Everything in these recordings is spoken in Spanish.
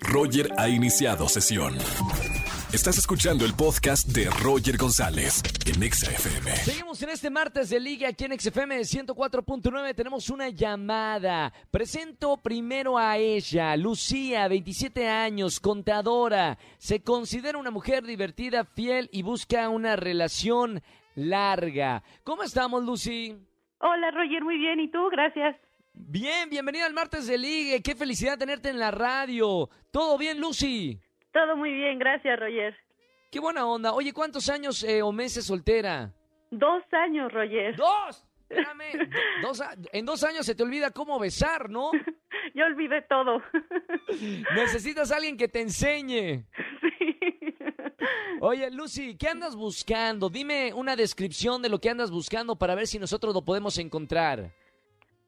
Roger ha iniciado sesión. Estás escuchando el podcast de Roger González en Exa FM. Seguimos en este martes de Liga aquí en XFM 104.9. Tenemos una llamada. Presento primero a ella, Lucía, 27 años, contadora. Se considera una mujer divertida, fiel y busca una relación larga. ¿Cómo estamos, Lucy? Hola Roger, muy bien. ¿Y tú? Gracias. Bien, bienvenida al martes de Liga. Qué felicidad tenerte en la radio. ¿Todo bien, Lucy? Todo muy bien, gracias Roger. Qué buena onda. Oye, ¿cuántos años eh, o meses soltera? Dos años, Roger. ¡Dos! Espérame. Dos a- en dos años se te olvida cómo besar, ¿no? Yo olvidé todo. Necesitas a alguien que te enseñe. Sí. Oye, Lucy, ¿qué andas buscando? Dime una descripción de lo que andas buscando para ver si nosotros lo podemos encontrar.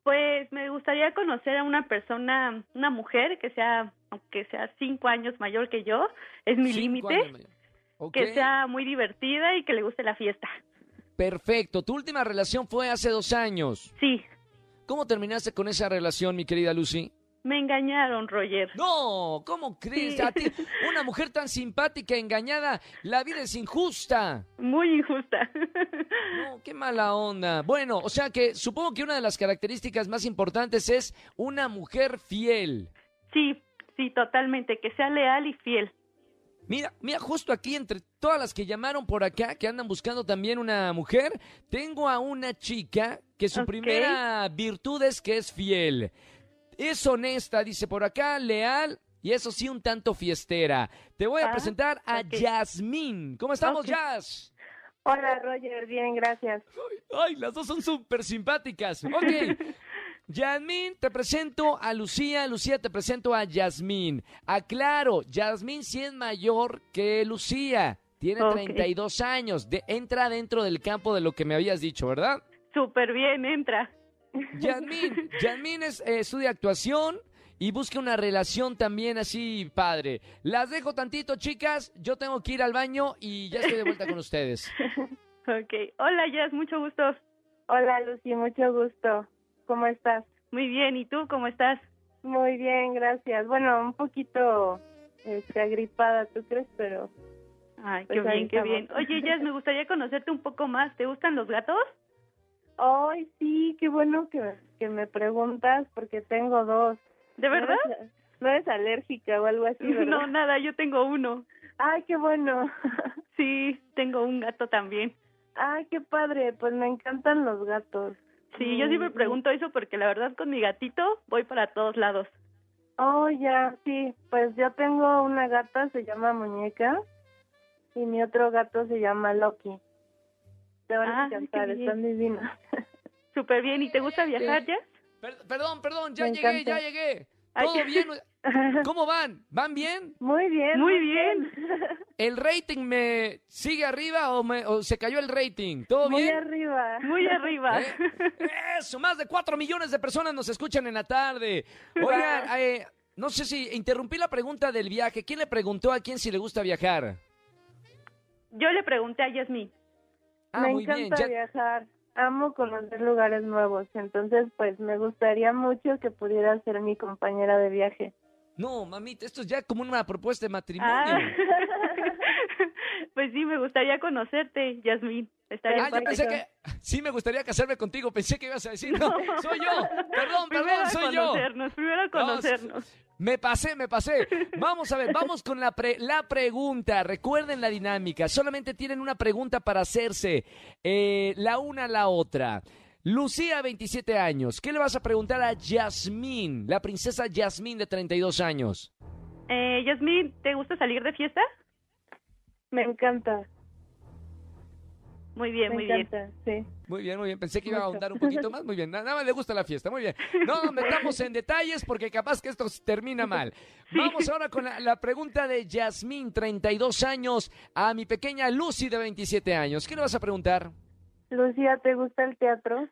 Pues me gustaría conocer a una persona, una mujer que sea, que sea cinco años mayor que yo, es mi Cinco límite, años, ok. que sea muy divertida y que le guste la fiesta. Perfecto. Tu última relación fue hace dos años. Sí, ¿Cómo terminaste con esa relación, mi querida Lucy? me engañaron, Roger. No, ¿cómo crees? Sí. A ti, una mujer tan simpática, engañada, la vida es injusta. Muy injusta. No, qué mala onda. Bueno, o sea que supongo que una de las características más importantes es una mujer fiel. Sí, sí, totalmente, que sea leal y fiel. Mira, mira, justo aquí entre todas las que llamaron por acá, que andan buscando también una mujer, tengo a una chica que su Ok. primera virtud es que es fiel. Es honesta, dice por acá, leal y eso sí un tanto fiestera. Te voy a Ah, presentar a ok. Yasmín. ¿Cómo estamos, Ok. Yas? Hola Roger, bien, gracias. Ay, las dos son súper simpáticas. Ok. Yasmín, te presento a Lucía, Lucía, te presento a Yasmín. Aclaro, Yasmín sí es mayor que Lucía. Tiene Ok. 32 años. De- entra dentro del campo de lo que me habías dicho, ¿verdad? Súper bien, entra. Yasmín, Yasmín es, eh, estudia actuación y busca una relación también así, padre. Las dejo tantito, chicas. Yo tengo que ir al baño y ya estoy de vuelta con ustedes. Ok. Hola, Jazz, mucho gusto. Hola Lucy, mucho gusto. ¿Cómo estás? Muy bien, ¿y tú cómo estás? Muy bien, gracias. Bueno, un poquito este, agripada, ¿tú crees? Pero Ay, Pues qué ahí bien, qué bien. estamos. Oye, Jazz, me gustaría conocerte un poco más. ¿Te gustan los gatos? hoy sí, qué bueno que, que me preguntas porque tengo dos. ¿De verdad? No eres, no eres alérgica o algo así, ¿verdad? No, nada, yo tengo uno. Ay, qué bueno. Sí, tengo un gato también. Ay, qué padre. Pues me encantan los gatos. Sí, yo siempre Mm. pregunto eso porque la verdad con mi gatito voy para todos lados. Oh, ya, sí. Pues yo tengo una gata, se llama Muñeca, y mi otro gato se llama Loki. Te van a Ah, qué encantar, bien. están divinos. Súper bien, ¿y te gusta viajar, Jazz? Per- perdón, perdón, ya Me llegué, ya encanta. llegué. Ay. ¿Todo bien? ¿Cómo van? ¿Van bien? Muy bien. Muy bien. ¿El rating me sigue arriba o, me- o se cayó el rating? ¿Todo Muy bien? arriba. Muy arriba. ¿Eh? Eso, más de 4 millones de personas nos escuchan en la tarde. Oigan, eh, no sé si interrumpí la pregunta del viaje. ¿Quién le preguntó a quién si le gusta viajar? Yo le pregunté a Jasmine. Ah, me muy bien. encanta ya- viajar. Amo conocer lugares nuevos. Entonces, pues me gustaría mucho que pudiera ser mi compañera de viaje. No, mamita, esto es ya como una propuesta de matrimonio. Ah. pues sí, me gustaría conocerte, Jasmine. Estaría Ah, yo padre. pensé que sí me gustaría casarme contigo. Pensé que ibas a decir, no, soy yo. Perdón, Primero perdón, a soy yo. conocernos, primero a conocernos. Me pasé, me pasé. Vamos a ver, vamos con la, pre- la pregunta. Recuerden la dinámica. Solamente tienen una pregunta para hacerse eh, la una a la otra. Lucía, 27 años. ¿Qué le vas a preguntar a Yasmín, la princesa Yasmín de 32 años? Eh, Jasmine, ¿te gusta salir de fiesta? Me encanta. Muy bien, me muy bien. encanta, sí. Muy bien, muy bien. Pensé que iba a Mucho. ahondar un poquito más. Muy bien. Nada nada más le gusta la fiesta. Muy bien. No nos metamos en detalles porque capaz que esto termina mal. Vamos ahora con la, la pregunta de Yasmín, 32 años, a mi pequeña Lucy de 27 años. ¿Qué le vas a preguntar? Lucía, ¿te gusta el teatro?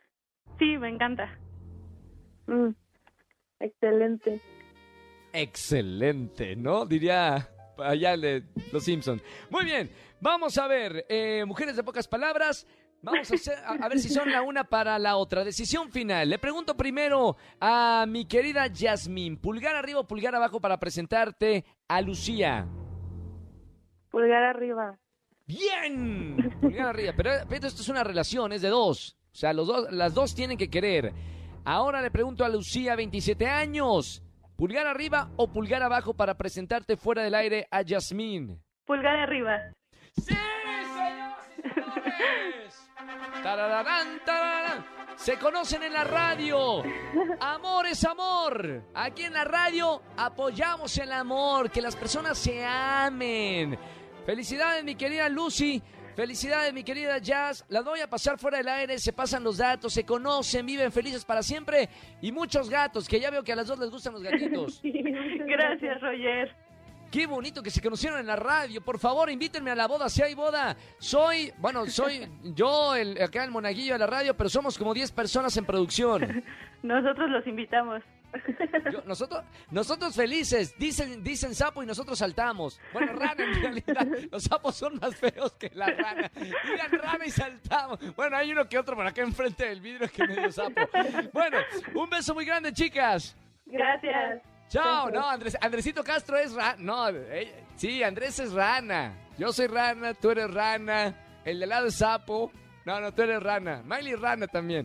Sí, me encanta. Mm, Excelente. Excelente, ¿no? Diría allá el de Los Simpson. Muy bien, vamos a ver. eh, mujeres de pocas palabras, Vamos a, hacer- a- a ver si son la una para la otra. Decisión final. Le pregunto primero a mi querida Yasmín. Pulgar arriba o pulgar abajo para presentarte a Lucía. Pulgar arriba. ¡Bien! Pulgar arriba. Pero, pero esto es una relación, es de dos. O sea, los dos, las dos tienen que querer. Ahora le pregunto a Lucía, 27 años. ¿Pulgar arriba o pulgar abajo para presentarte fuera del aire a Yasmín? Pulgar arriba. ¡Sí, señoras y señores! Tarararán, tarararán. Se conocen en la radio. Amor es amor. Aquí en la radio apoyamos el amor, que las personas se amen. Felicidades, mi querida Lucy. Felicidades, mi querida Jazz. Las voy a pasar fuera del aire. Se pasan los datos, se conocen, viven felices para siempre. Y muchos gatos, que ya veo que a las dos les gustan los gatitos. Gracias, Roger. Qué bonito que se conocieron en la radio. Por favor, invítenme a la boda, si hay boda. Soy, bueno, soy yo, el, acá el monaguillo de la radio, pero somos como 10 personas en producción. Nosotros los invitamos. Yo- nosotros, nosotros felices, dicen, dicen sapo y nosotros saltamos. Bueno, rana en realidad. Los sapos son más feos que la rana. Digan rana y saltamos. Bueno, hay uno que otro por acá enfrente del vidrio que medio sapo. Bueno, un beso muy grande, chicas. Gracias. Chao, no, Andres, Andresito Castro es rana. No, eh, sí, Andrés es rana. Yo soy rana, tú eres rana. El de al lado es sapo. No, no, tú eres rana. Miley rana también.